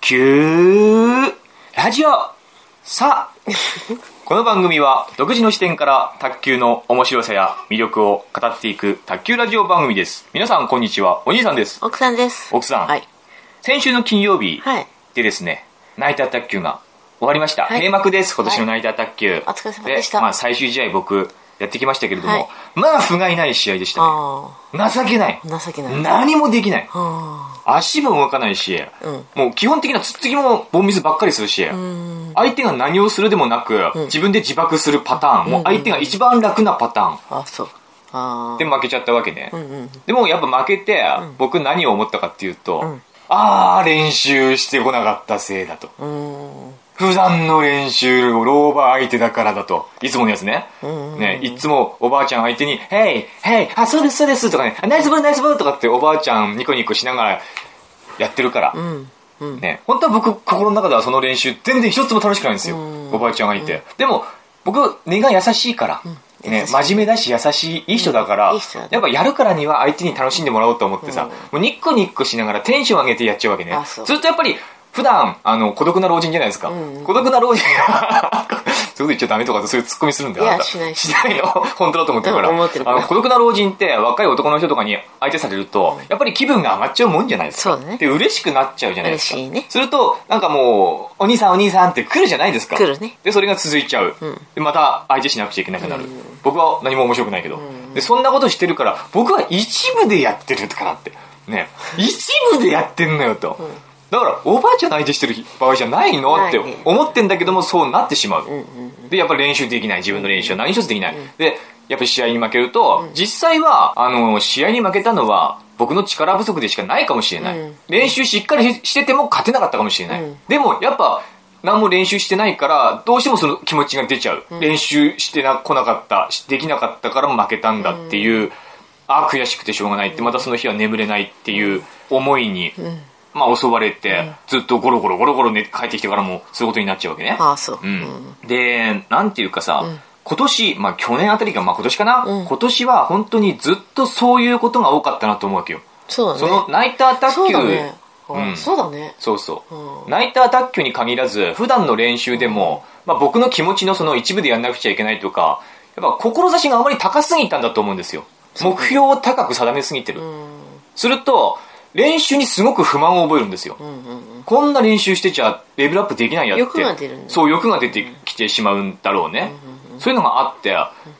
キューラジオさあこの番組は独自の視点から卓球の面白さや魅力を語っていく卓球ラジオ番組です皆さんこんにちはお兄さんです奥さんです。奥さんはい。先週の金曜日はい。でですねナイター卓球が終わりました、はい閉幕です今年のナイター卓球、お疲れ様でしたまあ、最終試合僕やってきましたけれども、はいまあ不甲斐ない試合でしたねあ情けないあ、情けない。何もできないあ足も動かないし、うんもう基本的な突っつきもボンミスばっかりするし、あ。うん。相手が何をするでもなく、自分で自爆するパターン、もう相手が一番楽なパターンあ、そう。あで負けちゃったわけね。あ。うんうん。でもやっぱ負けて、僕何を思ったかっていうと、んああ、練習してこなかったせいだと。うん。普段の練習をローバー相手だからだと。いつものやつね。んうんうんね、いつもおばあちゃん相手に、ヘイヘイあ、そうです、そうですとかね、あナイスボール、ナイスボールとかっておばあちゃんニコニコしながらやってるから。うん。うん。ね、本当は僕心の中ではその練習全然一つも楽しくないんですようんおばあちゃんがいて、でも僕根が優しいから、ね優、しい真面目だし優しいいい人だから、うんいい人だねやっぱやるからには相手に楽しんでもらおうと思ってさ、もうニッコニッコしながらテンション上げてやっちゃうわけねあそうずっとやっぱり普段あの孤独な老人じゃないですか、ん孤独な老人 そういうこと言っちゃダメとかそういうツッコミするんだよいやあたしないしないよ本当だと思ってるから,、うん思ってるからあの孤独な老人って若い男の人とかに相手されると、やっぱり気分が上がっちゃうもんじゃないですかそうねで嬉しくなっちゃうじゃないですか嬉しいねすると、なんかもう、お兄さんお兄さんって来るじゃないですか。来るねで、それが続いちゃう。んで、また相手しなくちゃいけなくなる。僕は何も面白くないけど。で、そんなことしてるから、僕は一部でやってるからって。ね。一部でやってんのよと。だから、おばあちゃんの相手してる場合じゃないのなっいてね思ってんだけども、そうなってしまう。で、やっぱり練習できない。自分の練習は何一つできない。で、やっぱり試合に負けると、実際は、あの、試合に負けたのは、僕の力不足でしかないかもしれない。うん練習しっかりししてても勝てなかったかもしれない。うんでも、やっぱ、何も練習してないから、どうしてもその気持ちが出ちゃう。練習してな、来なかった、しできなかったから負けたんだっていう、ああ、悔しくてしょうがないって、またその日は眠れないっていう思いに、まあ襲われて、ずっとゴロゴロゴロゴロ寝て帰ってきてからもそういうことになっちゃうわけね。ああ、そう。うん、で、なんていうかさ、今年、まあ去年あたりが、まあ今年かな、今年は本当にずっとそういうことが多かったなと思うわけよ。そうそだのね。ナイター卓そう球、だね。うんそうだね。そうそう、うナイター卓球に限らず普段の練習でも、まあ、僕の気持ちのその一部でやんなくちゃいけないとかやっぱ志があまり高すぎたんだと思うんですよ目標を高く定めすぎてる、うん。すると練習にすごく不満を覚えるんですよ、うんうんこんな練習してちゃレベルアップできないやって欲が出るんだそう欲が出てきてしまうんだろうね、そういうのがあって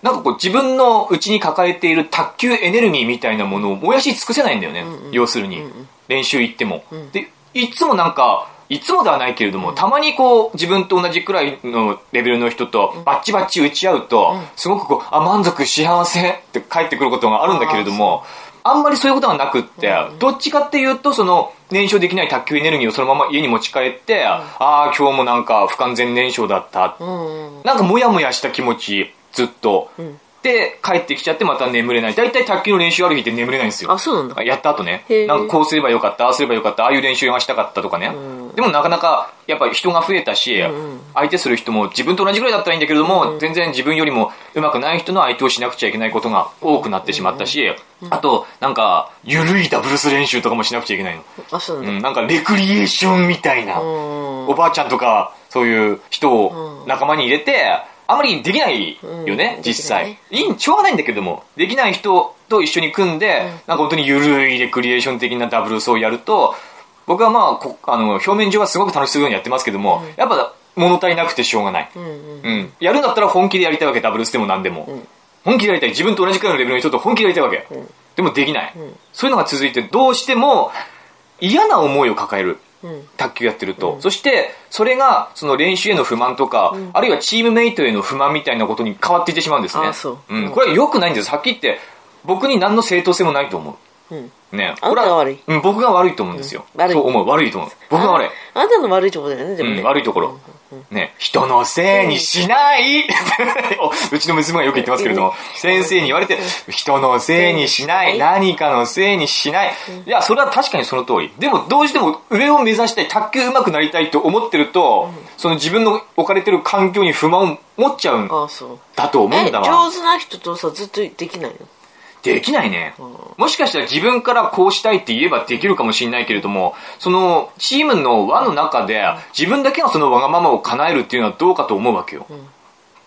なんかこう自分の内に抱えている卓球エネルギーみたいなものを燃やし尽くせないんだよね、要するに、練習行っても、でいつもなんかいつもではないけれども、たまにこう自分と同じくらいのレベルの人とバッチバッチ打ち合うと、すごくこうあ満足幸せって返ってくることがあるんだけれどもあんまりそういうことがなくって、どっちかっていうとその燃焼できない卓球エネルギーをそのまま家に持ち帰って、ああー今日もなんか不完全燃焼だったってうん。うん。なんかモヤモヤした気持ち、ずっと。んで、帰ってきちゃってまた眠れない。だいたい卓球の練習ある日って眠れないんですよ。あ、そうなんだ。やった後ねへ。ーなんかこうすればよかった、ああすればよかった、ああいう練習がしたかったとかね。でもなかなか、やっぱ人が増えたし、相手する人も自分と同じくらいだったらいいんだけれども、全然自分よりも上手くない人の相手をしなくちゃいけないことが多くなってしまったし、あと、なんか、ゆるいダブルス練習とかもしなくちゃいけないの。あ、そううなんん、なんかレクリエーションみたいな。だ。うん。おばあちゃんとかそういう人を仲間に入れて、あまりできないよね、うん実際でいいしょうがないんだけれどもできない人と一緒に組んで、なんか本当にゆるいレクリエーション的なダブルスをやると僕はまあこあの表面上はすごく楽しそうにやってますけども、やっぱ物足りなくてしょうがない、うんうん。うん、やるんだったら本気でやりたいわけダブルスでも何でも、本気でやりたい自分と同じくらいのレベルの人と本気でやりたいわけ、でもできない、そういうのが続いてどうしても嫌な思いを抱える、ん卓球やってると、そしてそれがその練習への不満とか、あるいはチームメイトへの不満みたいなことに変わっていってしまうんですね、あそうんこれは良くないんですはっきり言って僕に何の正当性もないと思う、うんねあんたが悪いこれはうん僕が悪いと思うんですよ、うん悪いそう思う悪いと思う僕が悪いああなたの悪いところだよね、でもうんね。悪いところ。ね、人のせいにしない おうちの娘がよく言ってますけれども、先生に言われて、人のせいにしなうい、ん何かのせいにしない。いや、それは確かにその通り。でも、どうしても上を目指したい、卓球上手くなりたいと思ってると、その自分の置かれてる環境に不満を持っちゃうんああ、そう。だと思うえ、んだわ。上手な人とさ、ずっとできないのできないね。もしかしたら自分からこうしたいって言えばできるかもしれないけれども、そのチームの輪の中で自分だけがそのわがままを叶えるっていうのはどうかと思うわけよ。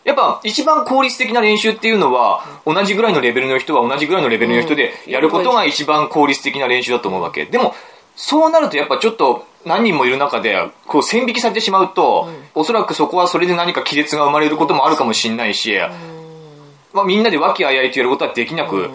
やっぱ一番効率的な練習っていうのは、同じぐらいのレベルの人は同じぐらいのレベルの人でうんやることが一番効率的な練習だと思うわけ。でも、そうなるとやっぱちょっと何人もいる中で、こう線引きされてしまうと、おそらくそこはそれで何か亀裂が生まれることもあるかもしれないし、まあみんなで和気あいあいとやることはできなく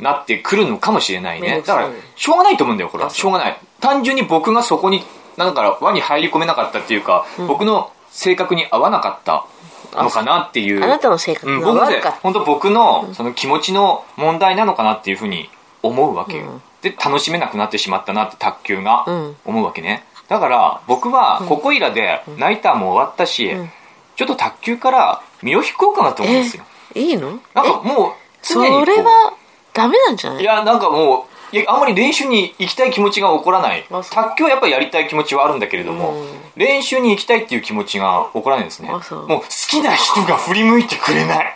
なってくるのかもしれないめんねど。くださかいら、しょうがないと思うんだよ、これは。しょうがない。単純に僕がそこに、なんか輪に入り込めなかったっていうか、僕の性格に合わなかったのかなっていう。あなたの性う格ん、が僕悪でかった、本当僕のその気持ちの問題なのかなっていうふうに思うわけよ、で楽しめなくなってしまったなって卓球がうん思うわけねだから僕はここいらでナイターも終わったし、んちょっと卓球から身を引こうかなと思うんですよいいのなんかもうそ常にこうれはダメなんじゃないいやなんかもういやあんまり練習に行きたい気持ちが起こらないあそう卓球はやっぱりやりたい気持ちはあるんだけれども、うん練習に行きたいっていう気持ちが起こらないですねもあうそう好きな人が振り向いてくれない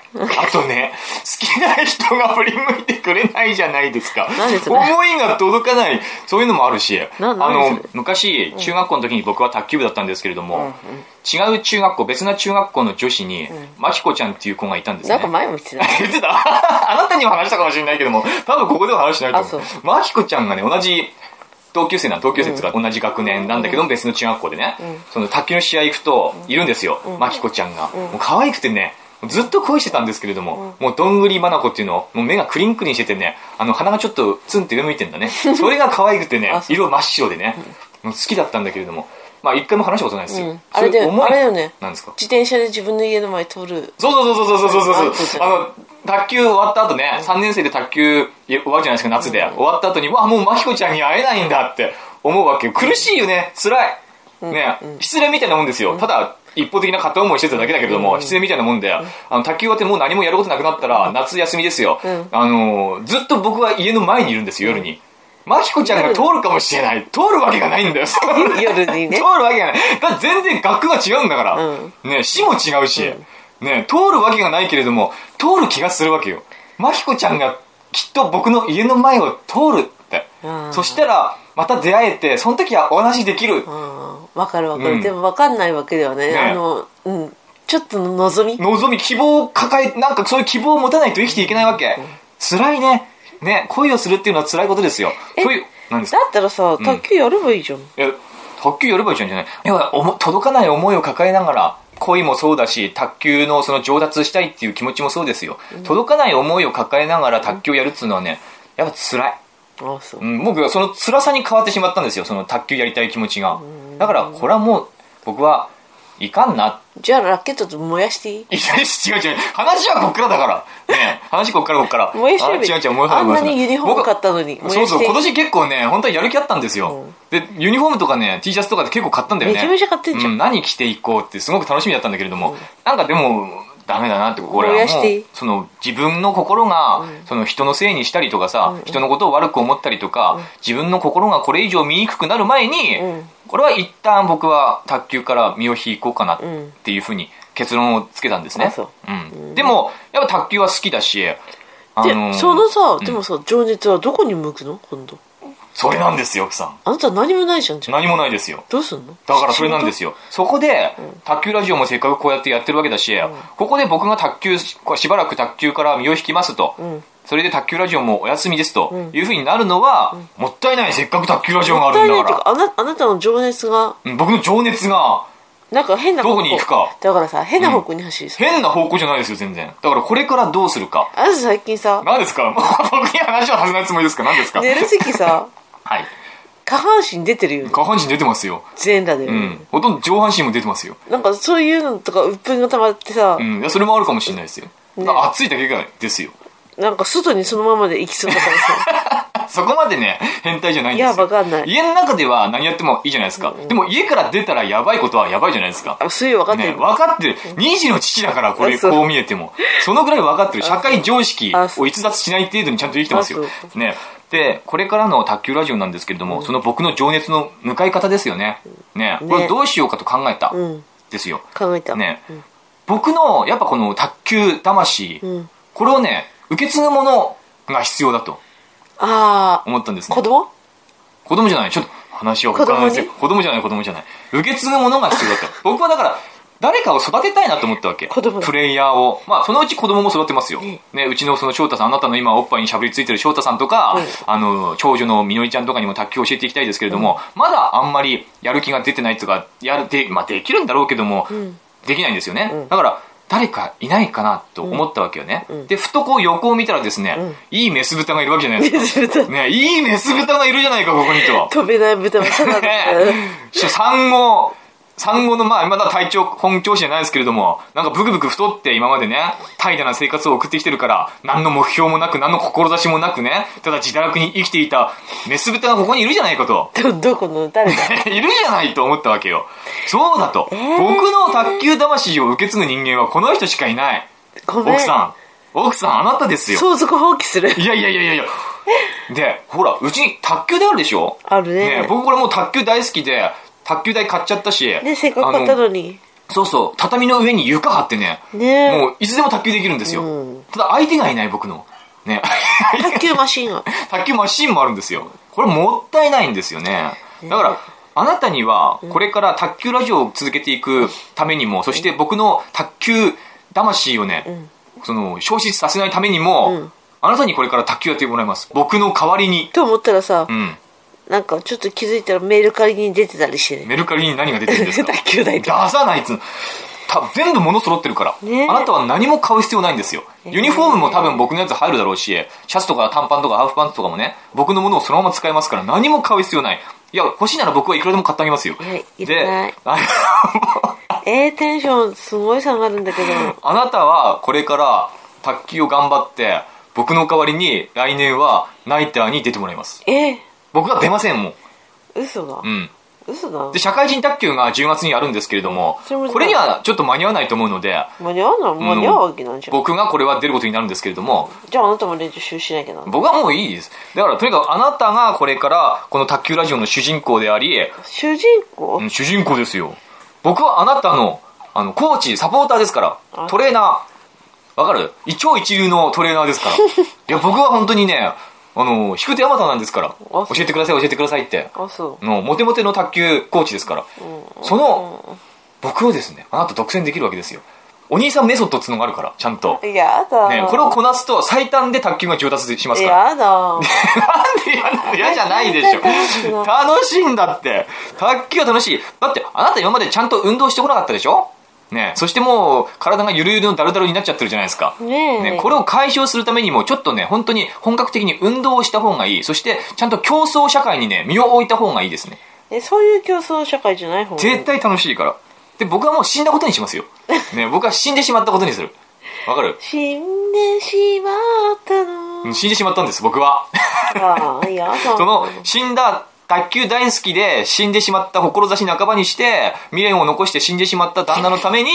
あとね好きな人が振り向いてくれないじゃないですか何それ思いが届かないそういうのもあるしなあ何そのれ昔中学校の時に僕は卓球部だったんですけれども、違う中学校別な中学校の女子に、まきこちゃんっていう子がいたんですねなんか前も言ってた言ってた あなたにも話したかもしれないけども、多分ここでは話してないと思。あそうまきこちゃんがね、同じ、同級生な、同級生が同じ学年なんだけども、別の中学校でね、その卓球の試合行くと、いるんですよ、まきこちゃんが。もう可愛くてね、ずっと恋してたんですけれども、もうどんぐりまなこっていうの、もう目がクリンクリンしててね、あの鼻がちょっとツンって上向いてんだ ね。それが可愛くてねあ、そう色真っ白でね、もう好きだったんだけれども、まあ一回も話したことないですよ。うんあれだよそういう思いあれよねなんですか自転車で自分の家の前 通るそうそうそうそうそうそうあそそううそ。そううあの、卓球終わった後ね、3年生で卓球終わるじゃないですか、夏で。終わった後に、わあ、もうまきこちゃんに会えないんだって思うわけよ。苦しいよね、辛い。ね、失恋みたいなもんですよ。ただ、一方的な片思いしてただけだけれども、失恋みたいなもんで、あの、卓球終わってもう何もやることなくなったら、夏休みですよ。んあの、ずっと僕は家の前にいるんですよ、夜に。まきこちゃんが通るかもしれない。通るわけが ないんだよ。夜にね通るわけがない。だって全然学区が違うんだから。うね市も違うし、ね通るわけがないけれども、通る気がするわけよ。まきこちゃんがきっと僕の家の前を通るってう。んそしたら、また出会えて、その時はお話できるう。んわかるわかる、うんでもわかんないわけではねねあの、うん、ちょっとの望み望み、希望を抱え、なんかそういう希望を持たないと生きていけないわけ。辛いね。ね恋をするっていうのは辛いことですよ。えそういう、何ですかだったらさ卓球やればいいじゃん、いや卓球やればいいじゃんじゃないいやおも届かない思いを抱えながら恋もそうだし卓球のその上達したいっていう気持ちもそうですよ、届かない思いを抱えながら卓球をやるっていうのはねやっぱ辛い、あそう、うん、僕はその辛さに変わってしまったんですよその卓球やりたい気持ちがだからこれはもう僕はいかんなじゃあラケットと燃やしていいいや違う違う話はこっからだからねえ話こっからこっ から燃やしてあればいい違う違う燃やさあん燃やなさにユニフォーム僕買ったのに燃そやうそうしていい今年結構ね本当にやる気あったんですよ、うんでユニフォームとかね T シャツとかで結構買ったんだよねめちゃめちゃ買ってんじゃんう何着ていこうってすごく楽しみだったんだけれども、なんかでもダメだなってこれは燃もうやしていいその自分の心が、その人のせいにしたりとかさ、人のことを悪く思ったりとか、自分の心がこれ以上醜くなる前に、うんこれは一旦僕は卓球から身を引こうかなっうんていうふうに結論をつけたんですねあそう、うん、でもやっぱ卓球は好きだしあで、ーそのさ、でもさ情熱はどこに向くの今度それなんですよ奥さんあなた何もないじゃんじゃあ何もないですよどうすんのだからそれなんです よ。そこで、卓球ラジオもせっかくこうやってやってるわけだし、ここで僕が卓球、ししばらく卓球から身を引きますと、んそれで卓球ラジオもお休みですというふうになるのは、もったいない、せっかく卓球ラジオがあるんだもったいないかというかあなあなたの情熱がら。うん僕の情熱がなんか変などこに行くかだからさ変な方向に走りそう、変な方向じゃないですよ、全然。だからこれからどうするか。あなた最近さ何ですか僕に話をはずないつもりですか何ですか寝る 時さはい。下半身出てるよね下半身出てますよ。全裸で、うん。ほとんど上半身も出てますよ。なんかそういうのとか鬱憤が溜まってさう、ん。いやそれもあるかもしれないですよ。ねだから暑いだけがですよ。なんか外にそのままで行きそうだからさそこまでね、変態じゃ ないんですよ。いやわかんない家の中では何やってもいいじゃないですか。でも家から出たらやばいことはやばいじゃないですか。あそういう分かってね、る、分かってる。2児の父だから、これ、あそうこう見えても。そのぐらい分かってる。社会常識あそをう逸脱しない程度にちゃんと生きてますよあ。そね。で、これからの卓球ラジオなんですけれども、その僕の情熱の向かい方ですよね。ね。これどうしようかと考えた。うんですよ。考えた、ね。僕の、やっぱこの卓球魂、うんこれをね、受け継ぐものが必要だとああ思ったんですね子供子供じゃないちょっと話は他の話子供じゃない子供じゃない受け継ぐものが必要だ った僕はだから誰かを育てたいなと思ったわけ子供だプレイヤーをまあそのうち子供も育てますよ、んね、うちのその翔太さんあなたの今おっぱいにしゃぶりついてる翔太さんとか、うんあの長女のみのりちゃんとかにも卓球を教えていきたいですけれども、まだあんまりやる気が出てないとかやるで,、まあ、できるんだろうけども、んできないんですよね、んだから誰かいないかなと思ったわけよね、でふとこう横を見たらですね、いいメス豚がいるわけじゃないですか ね、いいメス豚がいるじゃないかここにと 飛べない豚もさ だね産後、産後の、まあ、まだ体調、本調子じゃないですけれども、なんかブクブク太って今までね、怠惰な生活を送ってきてるから、何の目標もなく、何の志もなくね、ただ自堕落に生きていたメス豚がここにいるじゃないかと。 でもどこの誰だいるじゃないと思ったわけよ。そうだと。僕の卓球魂を受け継ぐ人間はこの人しかいない。ごめん奥さん。奥さん、あなたですよ。相続放棄するいやいやいやいやいや。で、ほら、うちに卓球であるでしょあるね僕これもう卓球大好きで、卓球台買っちゃったし。ねせっかく買ったあのにそうそう、畳の上に床張ってね、ねもういつでも卓球できるんですよ。うただ相手がいない僕の。ね。卓球マシンが卓球マシンもあるんですよこれもったいないんですよねだからあなたにはこれから卓球ラジオを続けていくためにもそして僕の卓球魂をねその消失させないためにもんあなたにこれから卓球やってもらいます僕の代わりにと思ったらさうんなんかちょっと気づいたらメルカリに出てたりしてねメルカリに何が出てるんですか 卓球台出とかさないっつうのた全部物揃ってるから、ねえあなたは何も買う必要ないんですよユニフォームも多分僕のやつ入るだろうしシャツとか短パンとかハーフパンツとかもね僕のものをそのまま使えますから何も買う必要ないいや欲しいなら僕はいくらでも買ってあげますよ、はいいらないであええテンションすごい下がるんだけどあなたはこれから卓球を頑張って僕の代わりに来年はナイターに出てもらいますえー僕は出ませんもん嘘だうん嘘だで社会人卓球が10月にあるんですけれどもそれもそうこれにはちょっと間に合わないと思うので間に合わない間に合うわけなんじゃん僕がこれは出ることになるんですけれどもじゃああなたも練習しなきゃな僕はもういいですだからとにかくあなたがこれからこの卓球ラジオの主人公であり主人公うん主人公ですよ僕はあなたのあのコーチサポーターですからあトレーナーわかる一応一流のトレーナーです からいや僕は本当にねあの引く手あまたなんですからあ教えてください教えてくださいってあそうのモテモテの卓球コーチですから、その僕をですねあなた独占できるわけですよお兄さんメソッドっつうのがあるからちゃんと、やだね、これをこなすと最短で卓球が上達しますから やだなんで嫌なの嫌じゃないで しょ楽しいな。楽しいんだって。卓球は楽しい。だって、あなた今までちゃんと運動してこなかったでしょねそしてもう、体がゆるゆるのダルダルになっちゃってるじゃないですか。ねえねこれを解消するためにも、ちょっとね、本当に本格的に運動をした方がいい。そして、ちゃんと競争社会にね、身を置いた方がいいですね。えそういう競争社会じゃない方がいい絶対楽しいから。で、僕はもう死んだことにしますよ。ね僕は死んでしまったことにする。わかる死んでしまったのうん死んでしまったんです、僕は。ああやだその死んだ卓球大好きで死んでしまった志半ばにして未練を残して死んでしまった旦那のために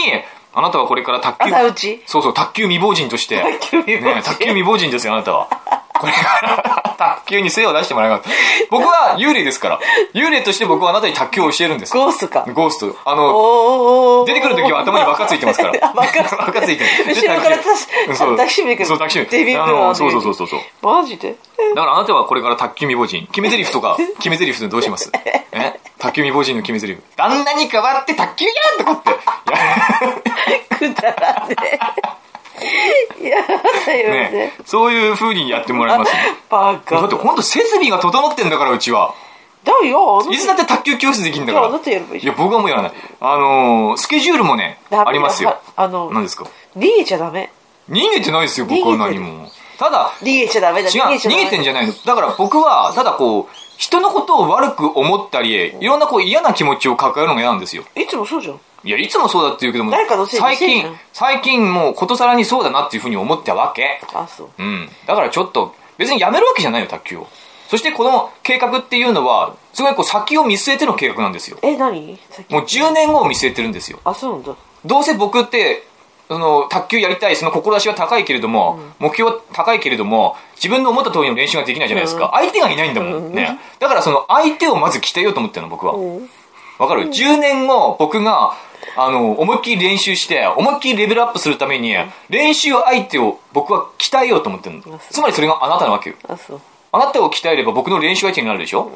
あなたはこれから卓球仇討ちそうそう卓球未亡人として卓球未亡人ねえ卓球未亡人ですよあなたはこれから卓球に精を出してもらいます僕は幽霊ですから幽霊として僕はあなたに卓球を教えるんですゴーストかゴーストあのおーおーおー出てくる時は頭に輪っかついてますから あ輪っかついて輪っかついてる後ろからでたしうんそう抱きしめてくるそう抱きしめてデビューあクラウンのでそうそうそうそうそうマジで だからあなたはこれから卓球未亡人。決め台詞とか、決め台詞でどうしますえ卓球未亡人の決め台詞。旦那に代わって卓球やんとかって。くだらねえやだ よいねや、ね、そういう風にやってもらいます、ね。バカだってほんと設備が整ってんだから、うちは。だよあのいつだって卓球教室できるんだかいやあなたやればら。いいいじゃや、僕はもうやらない。あのー、スケジュールもね、ダメありますよ。あの何ですか逃げちゃダメ逃げてないですよ、僕は逃げ何てるも。ただ、逃げちゃダメだ違う、逃げてんじゃないの。だから僕は、ただこう、人のことを悪く思ったり、いろんなこう嫌な気持ちを抱えるのが嫌なんですよ。いつもそうじゃんいや、いつもそうだって言うけども、誰かのせいに最してんじゃ近ん、最近もうことさらにそうだなっていうふうに思ったわけ。あそううん。だからちょっと、別にやめるわけじゃないよ、卓球を。そしてこの計画っていうのは、すごいこう先を見据えての計画なんですよ。え何さっきもう10年後を見据えてるんですよ。あそうなんだどうせ僕って、その、卓球やりたい、その志は高いけれども、目標は高いけれども、自分の思った通りの練習ができないじゃないですか。相手がいないんだもんね。だからその相手をまず鍛えようと思ったの、僕は。うんわかる ?10 年後、僕が、あの、思いっきり練習して、思いっきりレベルアップするために、練習相手を僕は鍛えようと思ってるの。つまりそれがあなたなわけよ。あそうあなたを鍛えれば僕の練習相手になるでしょ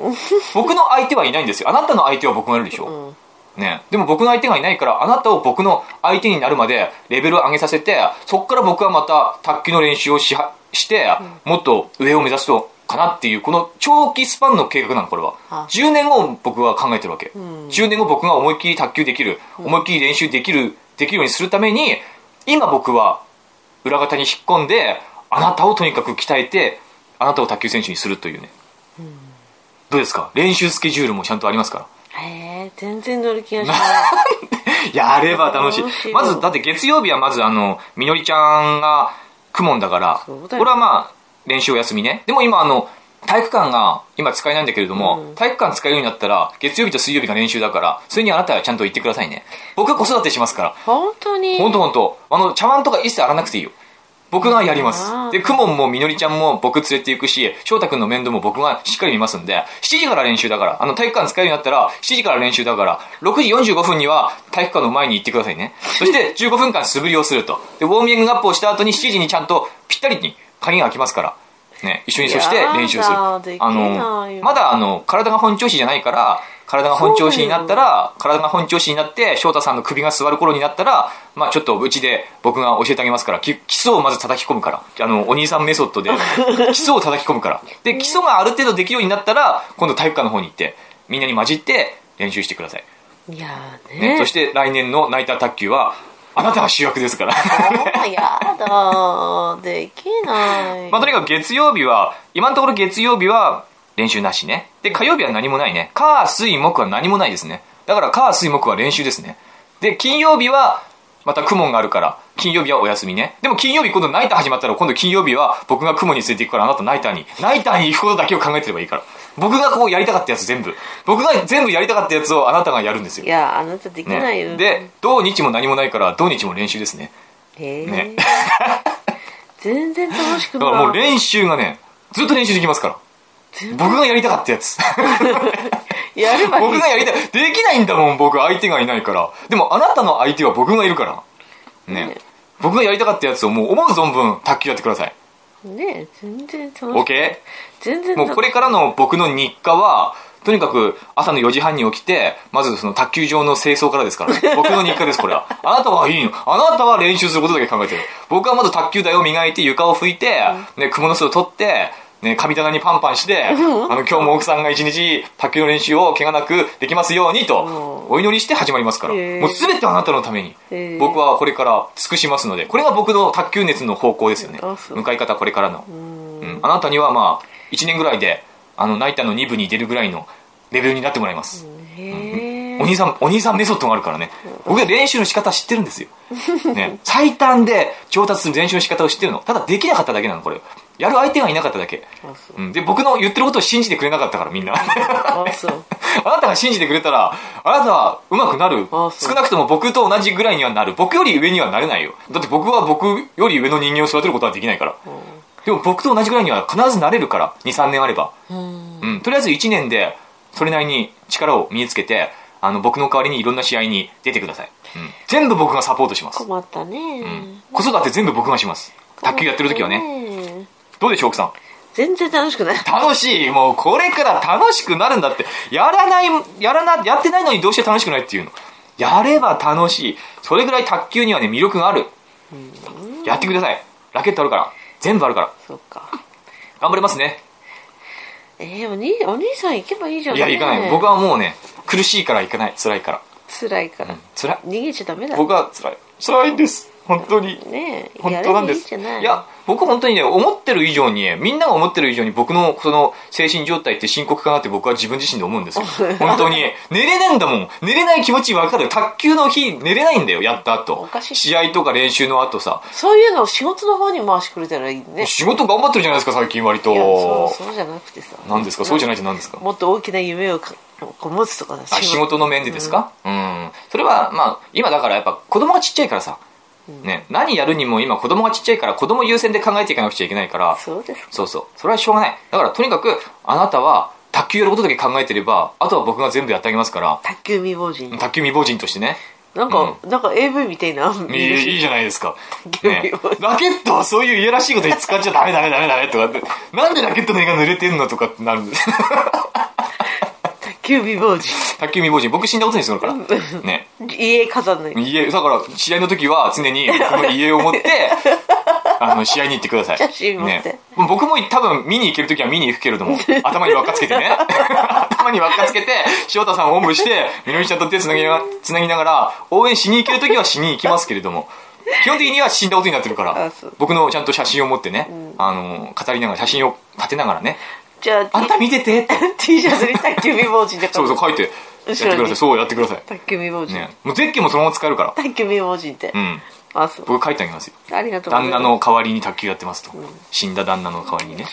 僕の相手はいないんですよ。あなたの相手は僕がいるでしょ、ね、でも僕の相手がいないから、あなたを僕の相手になるまでレベルを上げさせて、そこから僕はまた卓球の練習をしはして、もっと上を目指すとかなっていう、この長期スパンの計画なの、これは。あ10年後を僕は考えてるわけ。ん10年後僕が思いっきり卓球できる、思いっきり練習できる、できるようにするために、今僕は裏方に引っ込んであなたをとにかく鍛えてあなたを卓球選手にするというね、どうですか練習スケジュールもちゃんとありますかへえ全然乗る気 がしないら やれば楽し楽しいいよまずだって月曜日はまずあのみのりちゃんがくもんだからそうだよこれはまあ練習お休みねでも今あの体育館が今使えないんだけれども、うん体育館使えるようになったら月曜日と水曜日が練習だからそれにあなたはちゃんと行ってくださいね僕は子育てしますから本当に本当本当あの茶碗とか一切洗わなくていいよ僕がやりますあーでくもんもみのりちゃんも僕連れて行くし翔太君の面倒も僕がしっかり見ますんで7時から練習だからあの体育館使えるようになったら7時から練習だから6時45分には体育館の前に行ってくださいねそ して15分間素振りをするとでウォーミングアップをした後に7時にちゃんとぴったりに鍵が開きますからね、一緒にそして練習するやだできないよのまだあの体が本調子じゃないから体が本調子になったら体が本調子になって翔太さんの首が座る頃になったら、まあ、ちょっとうちで僕が教えてあげますからき基礎をまず叩き込むからあのお兄さんメソッドで基礎を叩き込むからで基礎がある程度できるようになったら今度体育館の方に行ってみんなに混じって練習してください、いやーねねそして来年のナイター卓球はあなたが主役ですからあやだできないまあ、とにかく月曜日は、今のところ月曜日は練習なしね。で、火曜日は何もないね。火、水、木は何もないですね。だから火、水、木は練習ですね。で、金曜日は、また雲があるから、金曜日はお休みね。でも金曜日、今度ナイター始まったら、今度金曜日は僕が雲に連れて行くから、あなたナイターに。ナイターに行くことだけを考えてればいいから。僕がこうやりたかったやつ全部。僕が全部やりたかったやつをあなたがやるんですよ。いやあなたできないよ、ね、で、土日も何もないから、土日も練習ですね。へえ、ね全然楽しくだないからもう練習がね、ずっと練習できますから。僕がやりたかったやつ。やればいい僕がやりたい。できないんだもん、僕。相手がいないから。でも、あなたの相手は僕がいるから。ねね。僕がやりたかったやつをもう思う存分卓球やってください。ね全然楽しくない OK? 全然もうこれからの僕の日課は、とにかく朝の4時半に起きて、まずその卓球場の清掃からですから、ね、僕の日課です、これは。あなたはいいの。あなたは練習することだけ考えてる。僕はまず卓球台を磨いて、床を拭いて、ね、蜘蛛の巣を取って、ね、神棚にパンパンして、あの、今日も奥さんが一日卓球の練習を怪我なくできますようにと、うお祈りして始まりますから、へーもう全てあなたのためにへ、ー僕はこれから尽くしますので、これが僕の卓球熱の方向ですよねあ。そう向かい方これからの。うんうん、あなたにはまあ1年ぐらいであのナイターの2部に出るぐらいのレベルになってもらいます、へえお兄さんお兄さんメソッドがあるからね僕は練習の仕方知ってるんですよ、ね、最短で調達する練習の仕方を知ってるのただできなかっただけなのこれやる相手がいなかっただけ、あそううん、で僕の言ってることを信じてくれなかったからみんな あそうあなたが信じてくれたらあなたは上手くなるあそう少なくとも僕と同じぐらいにはなる僕より上にはなれないよだって僕は僕より上の人間を育てることはできないからでも僕と同じぐらいには必ずなれるから23年あれば、うんうん、とりあえず1年でそれなりに力を身につけてあの僕の代わりにいろんな試合に出てください、うん、全部僕がサポートします、困ったね、うん、子育て全部僕がします卓球やってる時はねねどうでしょう奥さん全然楽しくない楽しいもうこれから楽しくなるんだってやらないやらなやってないのにどうして楽しくないっていうのやれば楽しいそれぐらい卓球にはね魅力があるやってくださいラケットあるから全部あるからそうか頑張れますねえー、お兄お兄さん行けばいいじゃんいや、行かない。僕はもうね、苦しいから行かない。辛いから。辛いから、辛い。逃げちゃダメだ僕は辛い。辛いんです。本当に。ねえ本やれ当なばんいでいす。じゃないいや、僕本当にね、思ってる以上に、みんなが思ってる以上に僕のその精神状態って深刻かなって僕は自分自身で思うん ですよ。本当に。寝れないんだもん。寝れない気持ちわかる。卓球の日、寝れないんだよ、やったお後かし。い試合とか練習の後さ。そういうのを仕事の方に回してくれたらいいね仕事頑張ってるじゃないですか、最近割いやそうと。そうじゃなくてさ何ですかそうじゃないいって何ですかもっと大きな夢をかこう持つとかさあ仕事の面でですか、うん、それはまあ今だからやっぱ子供がちっちゃいからさ、ね、何やるにも今子供がちっちゃいから子供優先で考えていかなくちゃいけないからそうですかそうそうそれはしょうがないだからとにかくあなたは卓球やることだけ考えてればあとは僕が全部やってあげますから卓球未亡人卓球未亡人としてねなんか、なんか AV みたいな。いいいいじゃないですか、球ね 未亡、人ラケットはそういういやらしいことに使っちゃダメダメダメダメとかってなんでラケットの絵が濡れてんのとかってなるんです 卓球未亡人。卓球未亡人僕死んだことにするからね家飾んない。家だから試合の時は常に僕の家を持って あの試合に行ってください写真持ってね、僕も多分見に行ける時は見に行くけれど も頭に輪っかつけてね 頭に輪っかつけて塩田さんをおんぶしてみのりちゃんと手つなぎなつなぎながら応援しに行ける時はしに行きますけれども基本的には死んだことになってるかあらそう僕のちゃんと写真を持ってね、あの語りながら写真を立てながらねじゃ「ああん、た見てて」って T シャツに卓球未亡人でそうそう書いてやって後ろくださにいそうやってください、卓球未亡人。ね、もうゼッケンもそのまま使えるから卓球未亡人って。うんあ、そう。僕書いてあげますよありがとうござ旦います。那の代わりに卓球やってますと、死んだ旦那の代わりにね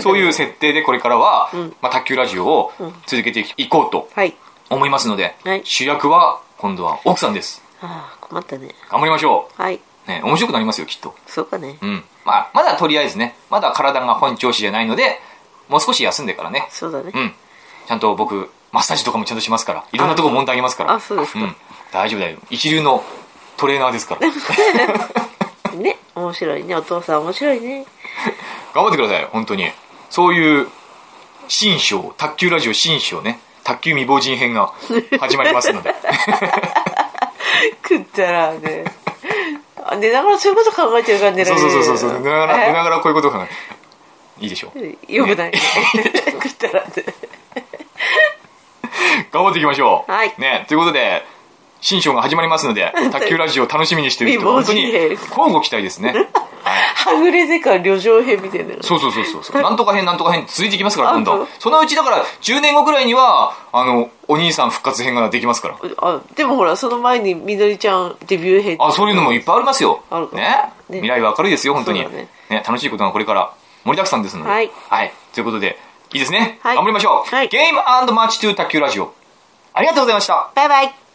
そういう設定でこれからは、まあ、卓球ラジオを続けていこうとはい。思いますので、はい主役は今度は奥さんですああ、困ったね。頑張りましょはい。う、ね、面白くなりますよきっと、そうかね。うんまあ、まだとりあえずねまだ体が本調子じゃないのでもう少し休んでからねそうだねう。んちゃんと僕マッサージとかもちゃんとしますからいろんなとこ揉んであげますからあそうですかん、大丈夫だよ一流のトレーナーですからね。面白いね。お父さん面白いね。頑張ってください本当にそういう新章卓球ラジオ新章ね卓球未亡人編が始まりますの でくったらね。あ寝ながらそういうこと考えてるから寝らそれうるそうそうそうそう寝ながらえ寝ながらこういうことを考えるいいでしょうよくないね。くったらね。頑張っていきましょう、はいね、ということで新章が始まりますので卓球ラジオ楽しみにしてる人本当に未亡人編交互期待です ね、はい、はぐれでか旅情編みたいなの。そうそうそうそうそうなんとか編なんとか編続いていきますから今あそ度うそのうちだから10年後ぐらいにはあのお兄さん復活編ができますからあでもほらその前にみのりちゃんデビュー編あそういうのもいっぱいありますよある。かねね未来は明るいですよ、本当に。そうだねね楽しいことがこれから盛りだくさんですので。はいということで、いいですね。はい頑張りましょう。はいゲームマッチ2卓球ラジオ。ありがとうございました。バイバイ